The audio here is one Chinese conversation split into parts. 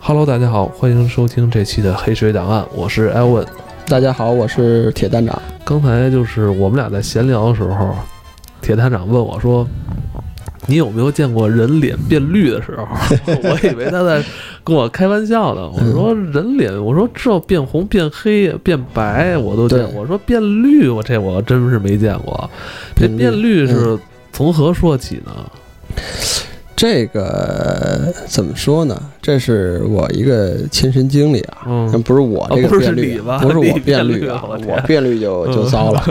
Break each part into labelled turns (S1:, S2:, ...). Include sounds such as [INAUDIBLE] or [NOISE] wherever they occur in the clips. S1: Hello，大家好，欢迎收听这期的《黑水档案》，我是 Elvin。
S2: 大家好，我是铁蛋长。
S1: 刚才就是我们俩在闲聊的时候，铁探长问我说：“你有没有见过人脸变绿的时候？” [LAUGHS] 我以为他在跟我开玩笑
S2: [LAUGHS]
S1: 呢。我说：“人脸，我说这变红、变黑、变白我都见
S2: 对
S1: 过，我说变绿，我这我真是没见过。这
S2: 变绿
S1: 变绿
S2: 嗯
S1: 是从何说起呢？
S2: 这个怎么说呢？这是我一个亲身经历啊，
S1: 嗯，
S2: 不是我这
S1: 哦不
S2: 个
S1: 是
S2: 变绿
S1: 你吧
S2: 啊，不是我
S1: 你变绿
S2: 绿啊，
S1: 了我天嗯
S2: 我变绿就就糟了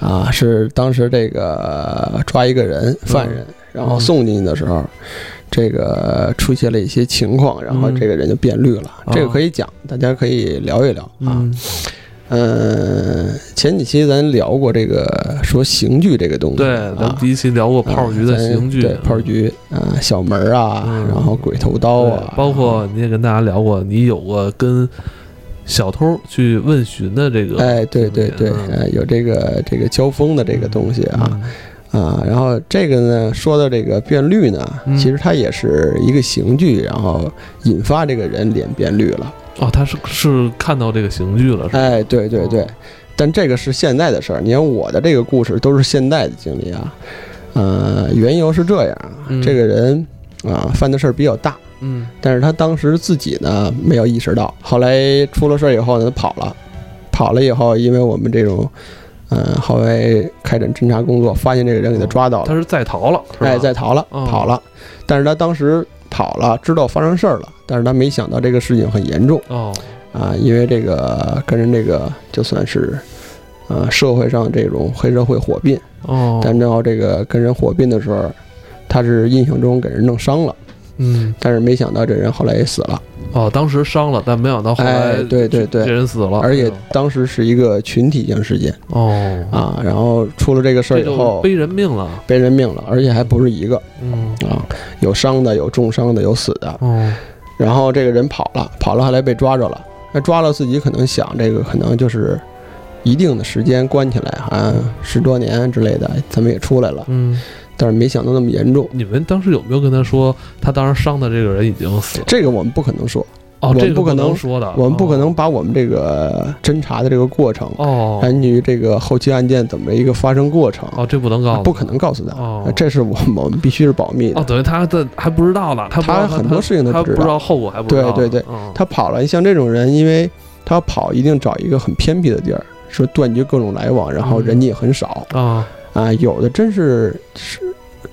S2: 啊！是当时这个抓一个人犯
S1: 嗯
S2: 人，然后送进去的时候，这个出现了一些情况，然后
S1: 嗯
S2: 这个人就变绿了。
S1: 哦
S2: 这个可以讲，大家可以聊一聊啊。
S1: 嗯，
S2: 嗯，前几期咱聊过这个说刑具这个东西，
S1: 对，咱们
S2: 啊。
S1: 第一期聊过炮
S2: 啊
S1: 局的
S2: 咱
S1: 刑具，
S2: 对炮局啊，小门儿啊，
S1: 嗯
S2: 然后鬼头刀啊，
S1: 包括你也跟大家聊过，你有过跟小偷去问询的这个，
S2: 哎，对对对，
S1: 嗯
S2: 呃，有这个这个交锋的这个东西啊啊，然后这个呢，说到这个变绿呢，
S1: 嗯
S2: 其实它也是一个刑具，然后引发这个人脸变绿了，
S1: 哦，他是是看到这个刑具了，是吧？
S2: 哎，对对对
S1: 哦，
S2: 但这个是现在的事儿，你看我的这个故事都是现在的经历啊，呃，缘由是这样啊，
S1: 嗯
S2: 这个人啊犯的事儿比较大，
S1: 嗯
S2: 但是他当时自己呢没有意识到，后来出了事儿以后呢，他跑了，跑了以后，因为我们这种，嗯，后来开展侦查工作，发现这个人给他抓到
S1: 他
S2: 了，
S1: 是在逃了，是吧
S2: 哎，在逃了，
S1: 哦
S2: 跑了，但是他当时跑了，知道发生事儿了，但是他没想到这个事情很严重
S1: 哦，
S2: 啊，因为这个跟人这个就算是。呃，社会上这种黑社会火并，
S1: 哦，
S2: 但然后这个跟人火并的时候，他是印象中给人弄伤了，
S1: 嗯，
S2: 但是没想到这人后来也死了。
S1: 哦，当时伤了，但没想到后来
S2: 哎，对对
S1: 这
S2: 对，
S1: 人死了，
S2: 而且
S1: 嗯
S2: 当时是一个群体性事件
S1: 哦，
S2: 啊，然后出了这个事儿
S1: 这
S2: 以
S1: 就
S2: 后，
S1: 背人命了，
S2: 背人命了，而且还不是一个
S1: 嗯，
S2: 啊，有伤的，有重伤的，有死的。
S1: 哦，
S2: 然后这个人跑了，跑了后来被抓着了，那抓了自己可能想这个可能就是一定的时间关起来，啊，十多年之类的，咱们也出来了，
S1: 嗯，
S2: 但是没想到那么严重。
S1: 你们当时有没有跟他说，他当时伤的这个人已经死了？
S2: 这个我们不可能说，
S1: 哦
S2: 我，们
S1: 这个
S2: 不可能
S1: 说的，
S2: 我们不可能把我们这个侦查的这个过程，
S1: 哦，哦，
S2: 根据这个后期案件怎么一个发生过程，
S1: 哦，这不能告诉，
S2: 啊不可能告诉他，
S1: 哦
S2: 这是我们我们必须是保密的。
S1: 哦，等于他的还不知道呢，他不知道
S2: 他很多事情都
S1: 他
S2: 不知道
S1: 知道后果还不知道呢，
S2: 对对对
S1: 嗯，
S2: 他跑了，像这种人，因为他跑一定找一个很偏僻的地儿，说断绝各种来往，然后
S1: 嗯
S2: 人家也很少
S1: 啊，
S2: 啊。有的真是是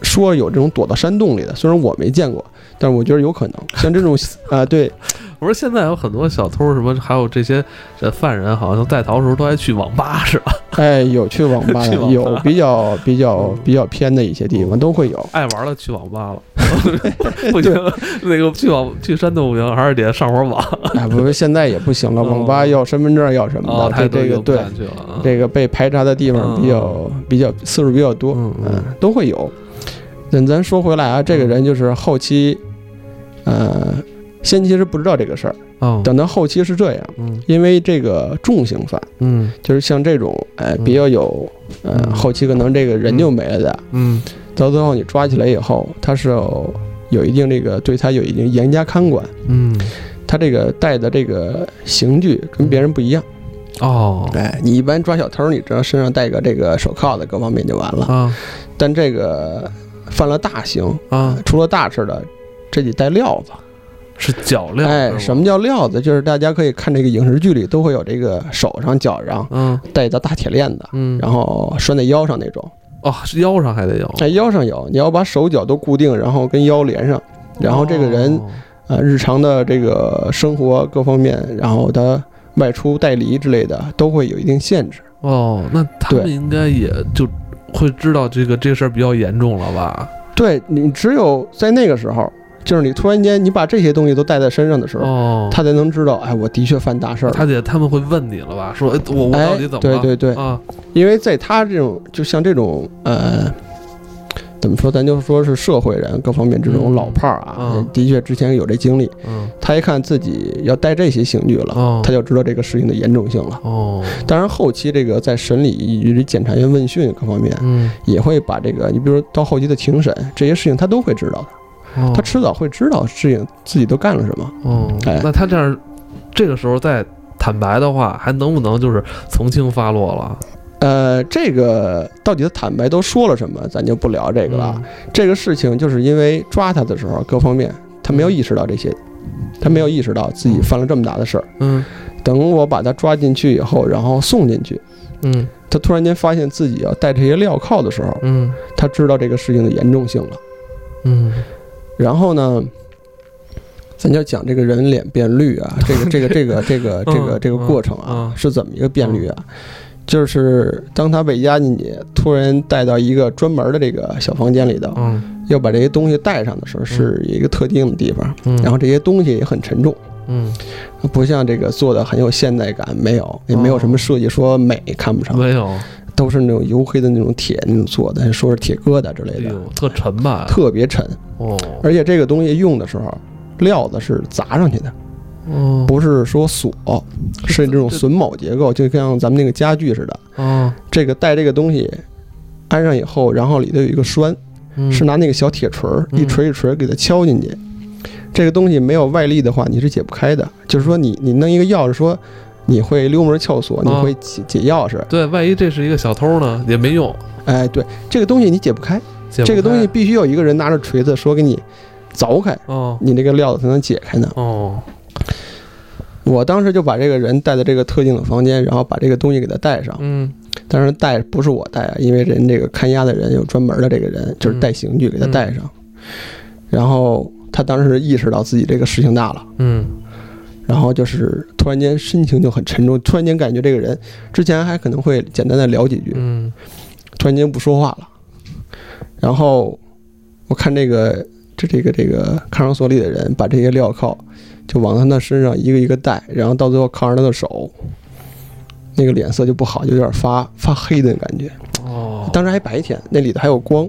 S2: 说有这种躲到山洞里的，虽然我没见过，但是我觉得有可能。像这种 [LAUGHS] 啊，对
S1: 我说现在有很多小偷什么，还有这些呃犯人，好像在逃的时候都爱去网吧似的，
S2: 哎，有去网吧
S1: [LAUGHS] 去
S2: 的，
S1: 网吧
S2: 有比较比较
S1: 嗯
S2: 比较偏的一些地方都会有。
S1: 爱玩了去网
S2: [LAUGHS]
S1: 吧了，不行，那个去网去山洞不行，还是得上会儿网，
S2: 哎，不是现在也不行了，
S1: 哦
S2: 网吧要身份证要什
S1: 哦
S2: 么，
S1: 太
S2: 的，
S1: 多
S2: 嗯这这
S1: 就
S2: 个
S1: 不
S2: 对。
S1: 敢去了啊，
S2: 这个被排查的地方比较比较次数比较多，
S1: 嗯嗯
S2: 嗯，都会有。但咱说回来啊，这个人就是后期，呃，先期是不知道这个事儿，
S1: 嗯
S2: 等到后期是这样，
S1: 嗯
S2: 因为这个重刑犯
S1: 嗯
S2: 就是像这种，哎，
S1: 嗯
S2: 比较有，呃，
S1: 嗯
S2: 后期可能这个人就没了的，
S1: 嗯，
S2: 到最后你抓起来以后，他是有有一定这个对他有一定严加看管，
S1: 嗯
S2: 他这个带的这个刑具跟别人不一样，
S1: 哦
S2: 哎，你一般抓小偷，你只要身上带个这个手铐子，各方面就完了。
S1: 啊
S2: 但这个犯了大刑，
S1: 啊
S2: 出了大事的，这得带料子。
S1: 是脚镣，
S2: 哎，什
S1: 么？
S2: 么叫料子？就是大家可以看这个影视剧里都会有这个手上、脚上
S1: 嗯
S2: 带的大铁链子，
S1: 嗯，
S2: 然后哎拴在腰上那种。
S1: 哦是腰上还得有，
S2: 在腰上有，你要把手脚都固定，然后跟腰连上。然后这个人
S1: 哦
S2: 呃，日常的这个生活各方面，然后他外出带离之类的，都会有一定限制。
S1: 哦，那他们
S2: 对
S1: 应该也就会知道这个这事儿比较严重了吧？
S2: 对你只有在那个时候，就是你突然间你把这些东西都带在身上的时候，
S1: 哦，
S2: 他才能知道，哎，我的确犯大事儿了。
S1: 他得他们会问你了吧？说哎我我到
S2: 哎
S1: 底怎，么
S2: 对
S1: 了？
S2: 对对，
S1: 啊，
S2: 因为在他这种，就像这种，呃，怎么说，咱就说是社会人各方面这
S1: 嗯
S2: 种老炮儿啊，
S1: 嗯
S2: 的确之前有这经历，
S1: 嗯，
S2: 他一看自己要带这些刑具了，
S1: 哦
S2: 他就知道这个事情的严重性了。
S1: 哦，
S2: 当然，后期这个在审理以及检察院问讯各方面，
S1: 嗯，
S2: 也会把这个，你比如说到后期的庭审，这些事情他都会知道的。
S1: 哦
S2: 他迟早会知道事情自己都干了什么。
S1: 哦
S2: 哎，
S1: 那他这样，这个时候再坦白的话，还能不能就是从轻发落了？
S2: 呃，这个到底他坦白都说了什么，咱就不聊这个了。这个事情就是因为抓他的时候各方面他没有意识到这些，他没有意识到自己犯了这么大的事儿。
S1: 嗯，
S2: 等我把他抓进去以后，然后送进去，
S1: 嗯嗯
S2: 他突然间发现自己要戴这些镣铐的时候，
S1: 嗯
S2: 他知道这个事情的严重性了。
S1: 嗯，
S2: 然后呢，咱就讲这个人脸变绿啊，这个这个这个这个这个这个过程啊
S1: 嗯，嗯
S2: 是怎么一个变绿啊？就是当他被押进去，突然带到一个专门的这个小房间里头，
S1: 嗯
S2: 要把这些东西带上的时候，是一个特定的地方，
S1: 嗯，
S2: 然后这些东西也很沉重，
S1: 嗯，
S2: 不像这个做的很有现代感，没有，也没有
S1: 哦
S2: 什么设计说美看不上，
S1: 没有，
S2: 都是那种黝黑的那种铁那种做的，说是铁疙瘩之
S1: 哎
S2: 类的，
S1: 呦，特沉吧？
S2: 特别沉。
S1: 哦，
S2: 而且这个东西用的时候，料子是砸上去的，
S1: 哦，
S2: 不是说锁，是这种榫卯结构，就像咱们那个家具似的。
S1: 哦，
S2: 这个带这个东西安上以后，然后里头有一个栓，
S1: 嗯
S2: 是拿那个小铁锤儿
S1: 嗯
S2: 一锤一锤给它敲进去。这个东西没有外力的话，你是解不开的。就是说你，你弄一个钥匙说。你会溜门撬锁，你
S1: 啊
S2: 会解解钥匙，
S1: 对，万一这是一个小偷呢，也没用。
S2: 哎，对，这个东西你解不开，
S1: 解不
S2: 这个东西
S1: 开，
S2: 必须有一个人拿着锤子说给你凿开，
S1: 哦
S2: 你这个料子才能解开呢。
S1: 哦，
S2: 我当时就把这个人带到这个特定的房间，然后把这个东西给他带上。
S1: 嗯
S2: 但是带不是我带啊，因为人这个看押的人有专门的这个人，
S1: 嗯
S2: 就是带刑具给他带上。然后他当时意识到自己这个事情大了，
S1: 嗯
S2: 然后就是突然间心情就很沉重，突然间感觉这个人之前还可能会简单的聊几句，
S1: 嗯
S2: 突然间不说话了。然后我看这个这这个这个看守所里的人把这些镣铐就往他那身上一个一个戴，然后到最后铐上他的手，那个脸色就不好，就有点发发黑的感觉。
S1: 哦，
S2: 当时还白天，那里头还有光，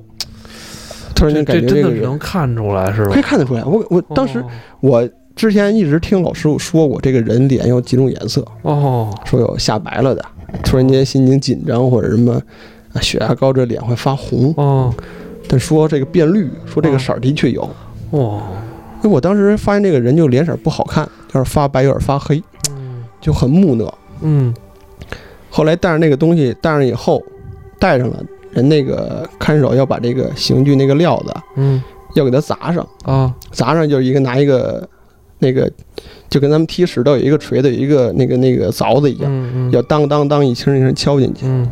S2: 突然
S1: 这
S2: 间感
S1: 这
S2: 觉
S1: 真
S2: 个
S1: 的是
S2: 人
S1: 能看出来是吧哦
S2: 可以？看得出来。我我当时我之前一直听老师傅说过，这个人脸有几种颜色，
S1: 哦，
S2: 说有吓白了的，突然间心情紧张或者什么。啊血压高，这脸会发红
S1: 哦，哦
S2: 但说这个变绿，说这个
S1: 哦
S2: 色儿的确有。
S1: 哦，
S2: 因为我当时发现这个人就脸色儿不好看，有点发白，有点发黑，
S1: 嗯
S2: 就很木讷。
S1: 嗯
S2: 后来戴上那个东西，戴上以后，戴上了，人那个看守要把这个刑具那个料子
S1: 嗯
S2: 要给它砸上，
S1: 啊
S2: 砸上就是一个拿一个那个，就跟咱们踢石头有一个锤子，有一个那个那个凿子一样，
S1: 嗯嗯
S2: 要当当当一声一声敲进去。
S1: 嗯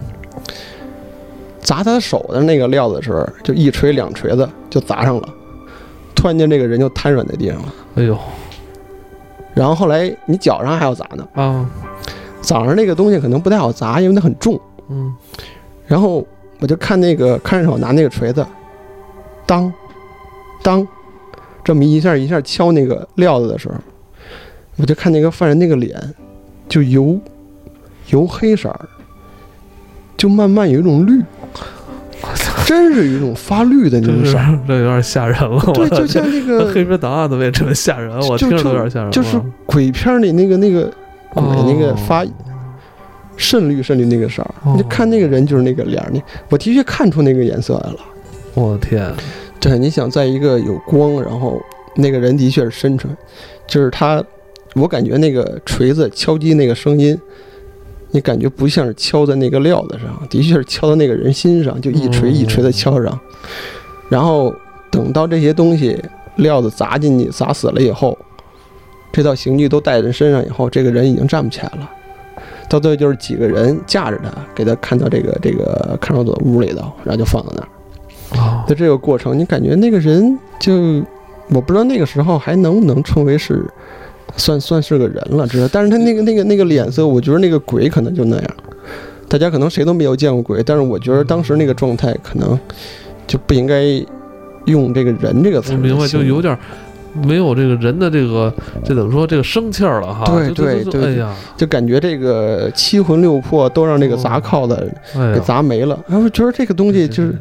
S2: 砸他手的那个料子的时候，就一锤两锤子就砸上了，突然间这个人就瘫软在地上了。
S1: 哎呦
S2: 然后后来你脚上还要砸呢，
S1: 啊
S2: 早上那个东西可能不太好砸，因为它很重。
S1: 嗯
S2: 然后我就看那个看守拿那个锤子，当，当，这么一下一下敲那个料子的时候，我就看那个犯人那个脸，就由由黑色儿，就慢慢有一
S1: [LAUGHS]
S2: 种绿，真是有一种发绿的那
S1: 真
S2: 种
S1: 是
S2: 色儿。
S1: [LAUGHS] 这有点吓人了， [LAUGHS] 我
S2: 对，
S1: 操
S2: 就像那
S1: 这
S2: 个
S1: 黑名档案都没这么吓人，我
S2: 就
S1: 听着都有
S2: 就
S1: 点吓人了，
S2: 就是鬼片儿里那个那个鬼
S1: 哦
S2: 那个发肾绿肾绿那个色儿，
S1: 哦
S2: 你就看那个人就是那个脸儿，你我的确看出那个颜色来了。
S1: 我的天，
S2: 对，你想在一个有光，然后那个人的确是深沉，就是他，我感觉那个锤子敲击那个声音，你感觉不像是敲在那个料子上，的确是敲到那个人心上，就一锤一锤的敲上。然后等到这些东西料子砸进去砸死了以后，这道刑具都带在人身上以后，这个人已经站不起来了。到最后就是几个人架着他，给他看到这个这个看守所屋里头，然后就放在那儿。
S1: 哦
S2: 在这个过程，你感觉那个人就，我不知道那个时候还能不能称为是，算算是个人了，知道？但是他那个那个那个脸色，我觉得那个鬼可能就那样。大家可能谁都没有见过鬼，但是我觉得当时那个状态可能就不应该用这个人这个词
S1: 我
S2: 儿来形
S1: 明
S2: 容。
S1: 白，就有点。没有这个人的这个，这怎么说？这个生气儿了哈。
S2: 对
S1: 就就
S2: 对
S1: 就
S2: 对
S1: 哎呀，
S2: 就感觉这个七魂六魄都让这
S1: 哦
S2: 个砸靠的
S1: 哎
S2: 给
S1: 呀，
S2: 砸没了。然后我觉得这个东西就是，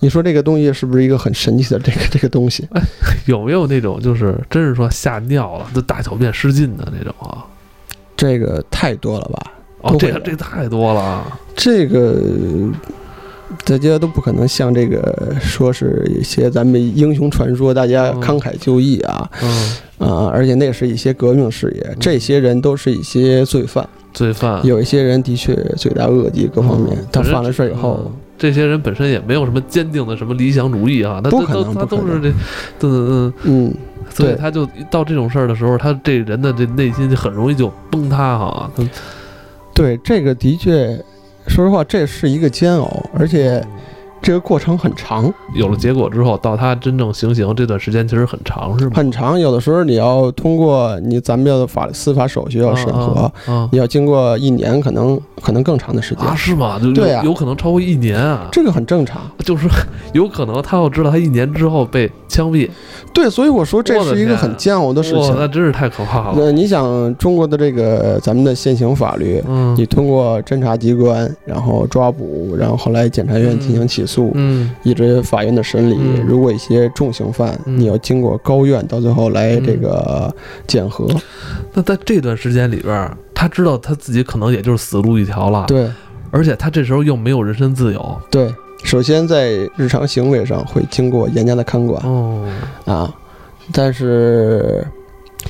S2: 你说这个东西是不是一个很神奇的这个这个东西？
S1: [LAUGHS] 有没有那种就是真是说吓尿了，就大小便失禁的那种啊？
S2: 这个太多了吧？
S1: 哦，
S2: 都会
S1: 这
S2: 有
S1: 个
S2: [LAUGHS]
S1: 这个太多了啊。
S2: 这个大家都不可能像这个说是一些咱们英雄传说，大家
S1: 嗯
S2: 慷慨就义啊
S1: 嗯，
S2: 啊，而且那是一些革命事业，这些人都是一些罪犯，
S1: 罪犯
S2: 有一些人的确罪大恶极，各方面
S1: 啊嗯。
S2: 他
S1: 本身
S2: 犯了事儿以后
S1: 嗯，这些人本身也没有什么坚定的什么理想主义啊，他
S2: 不
S1: 都
S2: 可能
S1: 他
S2: 不可
S1: 都是
S2: 能
S1: 这，对嗯，
S2: 嗯，
S1: 所以
S2: 对
S1: 他就到这种事儿的时候，他这人的这内心就很容易就崩塌哈。他
S2: 对，这个的确，说实话，这是一个煎熬，而且这个过程很长
S1: 有了结果之后，到他真正行刑这段时间其实很长，是吗？
S2: 很长，有的时候你要通过你咱们要法司法手续要审核
S1: 啊，啊
S2: 你要经过一年，可能可能更长的时
S1: 啊啊
S2: 间，
S1: 是吗？就有
S2: 对啊
S1: 有可能超过一年啊，
S2: 这个很正常。
S1: 就是 [LAUGHS] 有可能他要知道他一年之后被枪毙，
S2: 对，所以我说这
S1: 我的
S2: 是一个
S1: 天啊
S2: 很煎熬的事
S1: 哇，
S2: 情。
S1: 那真是太可怕了。
S2: 那你想，中国的这个咱们的现行法律，
S1: 嗯
S2: 你通过侦查机关，然后抓捕，然后后来检察院进行起诉，
S1: 嗯
S2: 一直法院的审理。
S1: 嗯
S2: 如果一些重刑犯，
S1: 嗯
S2: 你要经过高院，到最后来这个检核。
S1: 啊那在这段时间里边儿，他知道他自己可能也就是死路一条了，
S2: 对啊
S1: 而且他这时候又没有人身自由，
S2: 对，首先在日常行为上会经过严加的看管
S1: 哦，
S2: 啊，但是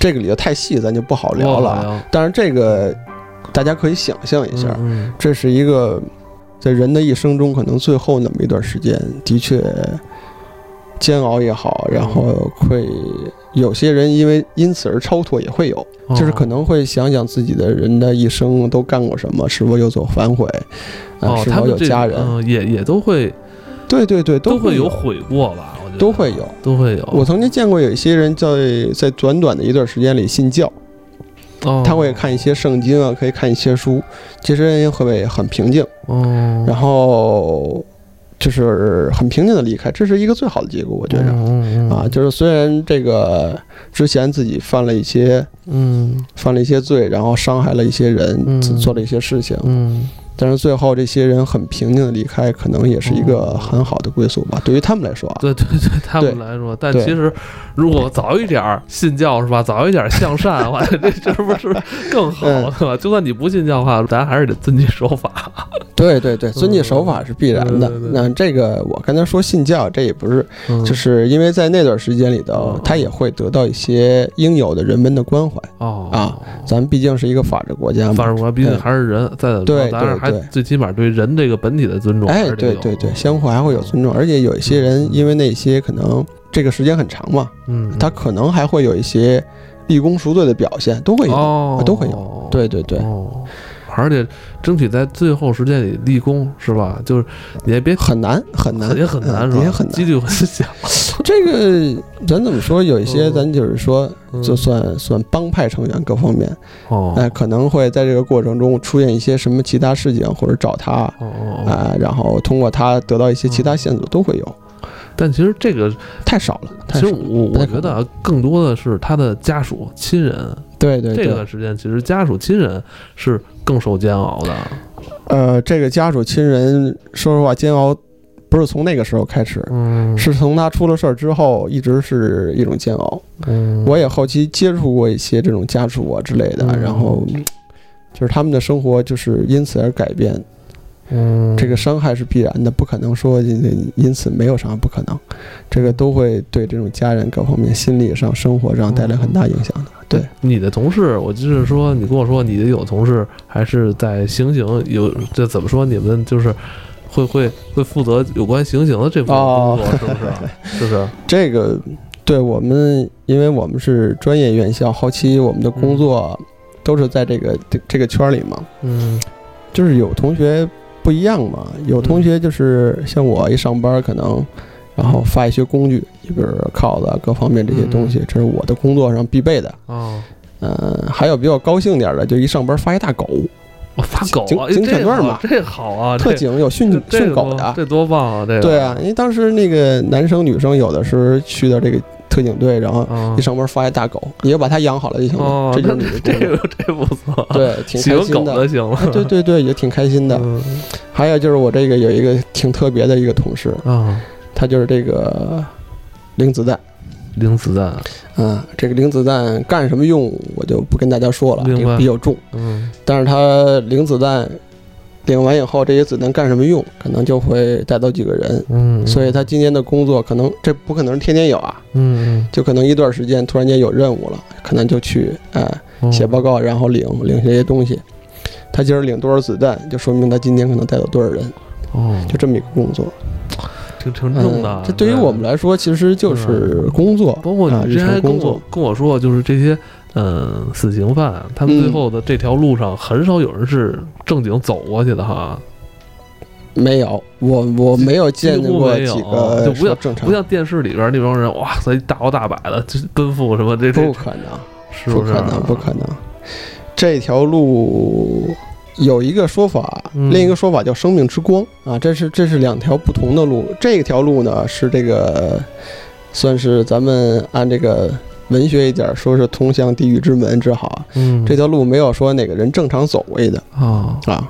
S2: 这个里头太细，咱就不好聊了。啊。
S1: 了，
S2: 当然，这个大家可以想象一下，
S1: 嗯，
S2: 这是一个在人的一生中可能最后那么一段时间，的确煎熬也好，然后会有些人因为因此而超脱也会有，
S1: 嗯
S2: 就是可能会想想自己的人的一生都干过什么，是否有所反悔，啊，
S1: 哦，
S2: 是
S1: 他
S2: 否
S1: 们
S2: 有
S1: 这
S2: 家人，
S1: 嗯也也都会
S2: 对对对，
S1: 都
S2: 会
S1: 会有哦悔过吧，我觉得
S2: 都会有。
S1: 都会有，
S2: 我曾经见过有一些人在在短短的一段时间里信教，
S1: 哦
S2: 他会看一些圣经啊，可以看一些书，其实也会很平静。
S1: 哦，
S2: 然后就是很平静的离开，这是一个最好的结果，我觉着。
S1: 嗯嗯嗯
S2: 啊，就是虽然这个之前自己犯了一些
S1: 嗯
S2: 犯了一些罪，然后伤害了一些人，
S1: 嗯
S2: 做做了一些事情，
S1: 嗯，
S2: 但是最后这些人很平静的离开，可能也是一
S1: 哦
S2: 个很好的归宿吧，对于他们来说啊。
S1: 对对对，他们来说，但其实如果早一点儿信教是吧，早一点儿向善的话，这这不是更好
S2: 嗯
S1: 对吧？就算你不信教的话，咱还是得遵纪守法。
S2: 对对对，遵纪守法是必然的。
S1: 嗯对对对
S2: 那这个我刚才说信教，这也不是，
S1: 嗯
S2: [LAUGHS] 就是因为在那段时间里头
S1: 嗯，
S2: 他也会得到一些应有的人们的关怀。
S1: 哦
S2: 啊，咱们毕竟是一个法治国家嘛，
S1: 反正我毕竟
S2: 嗯
S1: 还是人，再怎么
S2: 对
S1: 着，咱还是
S2: 对
S1: 还
S2: 对
S1: 最起码对人这个本体的尊重还
S2: 哎
S1: 是，得
S2: 对
S1: 有。
S2: 对对，相互还会有尊重，而且有一些人因为那些可能这个时间很长嘛，
S1: 嗯，嗯
S2: 他可能还会有一些立功赎罪的表现，都会有，
S1: 哦
S2: 啊，都会
S1: 有
S2: 对对对，
S1: 哦，而且争取在最后时间里立功，是吧？就是你也别
S2: 很难很难
S1: 也很难，
S2: 嗯
S1: 是吧？
S2: 也很
S1: 几
S2: 难。
S1: 率很小。
S2: 这个咱怎么说？有一些
S1: 嗯
S2: 咱就是说，
S1: 嗯
S2: [LAUGHS] 就算哎算帮派成员各方面，
S1: 哦，
S2: 那可能会在这个过程中出现一些什么其他事情，或者找他啊、
S1: 哦嗯哦哦，
S2: 然后通过他得到一些其他线索，都会有，
S1: 哦但其实这个，
S2: 太少了，
S1: 其
S2: 太少
S1: 实
S2: 了。
S1: 我
S2: 不太
S1: 我
S2: 可
S1: 觉
S2: 能
S1: 得啊，更多的是他的家属、亲人。
S2: 对哎对对，
S1: 这段时间，其实家属、亲人是更受煎熬的。
S2: 呃，这个家属亲人，说实话，煎熬不是从那个时候开始，
S1: 嗯，
S2: 是从他出了事儿之后，一直是一种煎熬。
S1: 嗯
S2: 我也后期接触过一些这种家属啊之类的，
S1: 嗯
S2: 然后嗯就是他们的生活就是因此而改变，
S1: 嗯
S2: 这个伤害是必然的，不可能说因因此没有伤害，不可能，这个都会对这种家人各方面、心理上、生活上带来很大影响的。对，
S1: 你的同事，我就是说，你跟我说你的有同事还是在行刑，有这怎么说？你们就是会会会负责有关行刑的这部分工
S2: 哦
S1: 作，是不
S2: [LAUGHS]
S1: 是？是不是？
S2: 这个对我们，因为我们是专业院校，后期我们的工作都是在这个这这个圈儿里嘛，
S1: 嗯
S2: 就是有同学不一样嘛，有同学就是像我一上班可能。然后发一些工具，比如 COS 啊各方面这些东西，这是我的工作上必备的。
S1: 哦，
S2: 嗯，还有比较高兴点儿的，就一上班发一大狗，
S1: 我发狗
S2: 警
S1: 啊，
S2: 警
S1: 哎
S2: 犬
S1: 这
S2: 段
S1: 好
S2: 嘛
S1: 这好啊，
S2: 特
S1: 这
S2: 警有训
S1: 这这
S2: 训
S1: 个
S2: 狗的。
S1: 这多棒啊！这个
S2: 对啊，，因为当时那个男生女生有的时候去到这个特警队，然后
S1: 啊
S2: 一上班发一大狗，你就把它养好了就行了，
S1: 哦，
S2: 这就是
S1: 那
S2: 你的
S1: [LAUGHS] 这个这
S2: 工作。
S1: 不错，，
S2: 对，
S1: [LAUGHS]
S2: 挺
S1: 喜
S2: 开
S1: 欢狗
S2: 心的。
S1: 的行了
S2: 哎，对对对，也挺开心的。
S1: 嗯
S2: 还有就是我这个有一个挺特别的一个同事，
S1: 啊，
S2: 他就是这个零子弹，
S1: 零子弹，啊
S2: 嗯，这个零子弹干什么用我就不跟大家说了，
S1: 明白
S2: 这个比较重。
S1: 嗯
S2: 但是他零子弹领完以后，这些子弹干什么用？可能就会带走几个人。
S1: 嗯，
S2: 所以他今天的工作可能这不可能是天天有啊，
S1: 嗯，
S2: 就可能一段时间突然间有任务了，可能就去哎
S1: 嗯
S2: 写报告，然后领领这些东西。他今儿领多少子弹，就说明他今天可能带走多少人，
S1: 哦，
S2: 就这么一个工作。
S1: 挺沉重的啊
S2: 嗯，。这对于我们来说其实就是工作，
S1: 包括
S2: 啊
S1: 你
S2: 日
S1: 之前
S2: 常
S1: 还跟
S2: 工
S1: 我
S2: 作。
S1: 跟我说，就是这些嗯死刑犯，他们
S2: 嗯
S1: 最后的这条路上很少有人是正经走过去的哈，
S2: 没有，我我没有见
S1: 几乎
S2: 过
S1: 没有
S2: 几个
S1: 就不像
S2: 说正常
S1: 不，像电视里边那帮人哇塞大摇大摆的就是奔赴什么这
S2: 不
S1: 这
S2: 可能，
S1: 是
S2: 不
S1: 是？啊
S2: 可能，不可能。这条路有一个说法，
S1: 嗯
S2: 另一个说法叫生命之光啊，这是这是两条不同的路。这条路呢是这个，算是咱们按这个文学一点儿说是通向地狱之门之好啊。
S1: 嗯，
S2: 这条路没有说哪个人正常走过去的
S1: 啊
S2: 啊，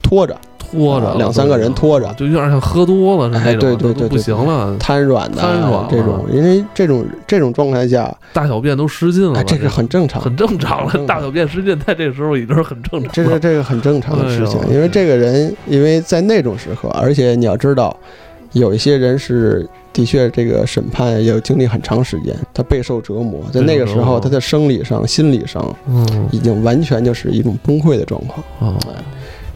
S2: 拖着
S1: 拖着
S2: 啊两三个人拖着
S1: 就有点像喝多了是那
S2: 哎
S1: 种，
S2: 对对
S1: 都
S2: 对
S1: 不
S2: 对
S1: 行
S2: 对
S1: 了，
S2: 瘫软的啊
S1: 瘫软了
S2: 这种，因为这种这种状态下，
S1: 大小便都失禁了吧，
S2: 哎，这是很正常，
S1: 很正常
S2: 很正
S1: 了，
S2: 常
S1: 大小便失禁在这个时候已经是很正常
S2: 这是
S1: 了。
S2: 这个很正常的事情
S1: 哎，呦
S2: 因为这个人，因为在那种时刻，而且你要知道，有一些人是的确这个审判要经历很长时间，他备受折磨，在那个
S1: 备受
S2: 时
S1: 折磨
S2: 候，他的生理上、心理上
S1: 嗯
S2: 已经完全就是一种崩溃的状况，
S1: 哦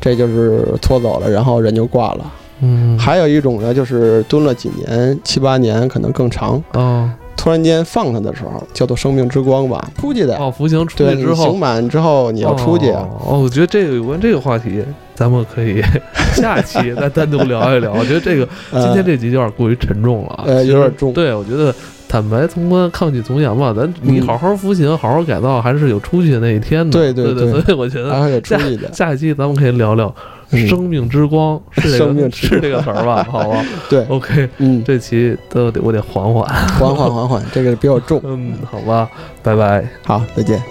S2: 这就是拖走了，然后人就挂了。
S1: 嗯
S2: 还有一种呢，就是蹲了几年、七八年，可能更长，
S1: 哦
S2: 突然间放他的时候，叫做生命之光吧，出去的。
S1: 哦，服刑出
S2: 对
S1: 去
S2: 你
S1: 之后
S2: 刑满之后，你要出去，啊
S1: 哦。哦，我觉得这个有关这个话题，咱们可以 [LAUGHS] 下
S2: [LAUGHS]
S1: 期再单独聊一聊。我觉得这个哦今天
S2: 这
S1: 这集有点过于沉重了啊，
S2: 嗯呃
S1: 其实
S2: 有点重
S1: 对，我觉得坦白从宽，抗拒从严吧。咱你
S2: 嗯
S1: 好好服刑，好好改造，还是有出去那一天的。
S2: 对对
S1: 对所
S2: 对
S1: 以我觉得
S2: 然后也出去的，
S1: [LAUGHS] 下一期咱们可以聊聊
S2: 嗯
S1: 生命之光，是这个
S2: 生命之
S1: 是这个词儿吧？好
S2: [LAUGHS]
S1: 吧
S2: 对，
S1: ，OK，
S2: 嗯，
S1: 这期都得我得缓缓。嗯
S2: 缓缓缓缓，这个比较重。
S1: 嗯，好吧，拜拜。
S2: 好，再见。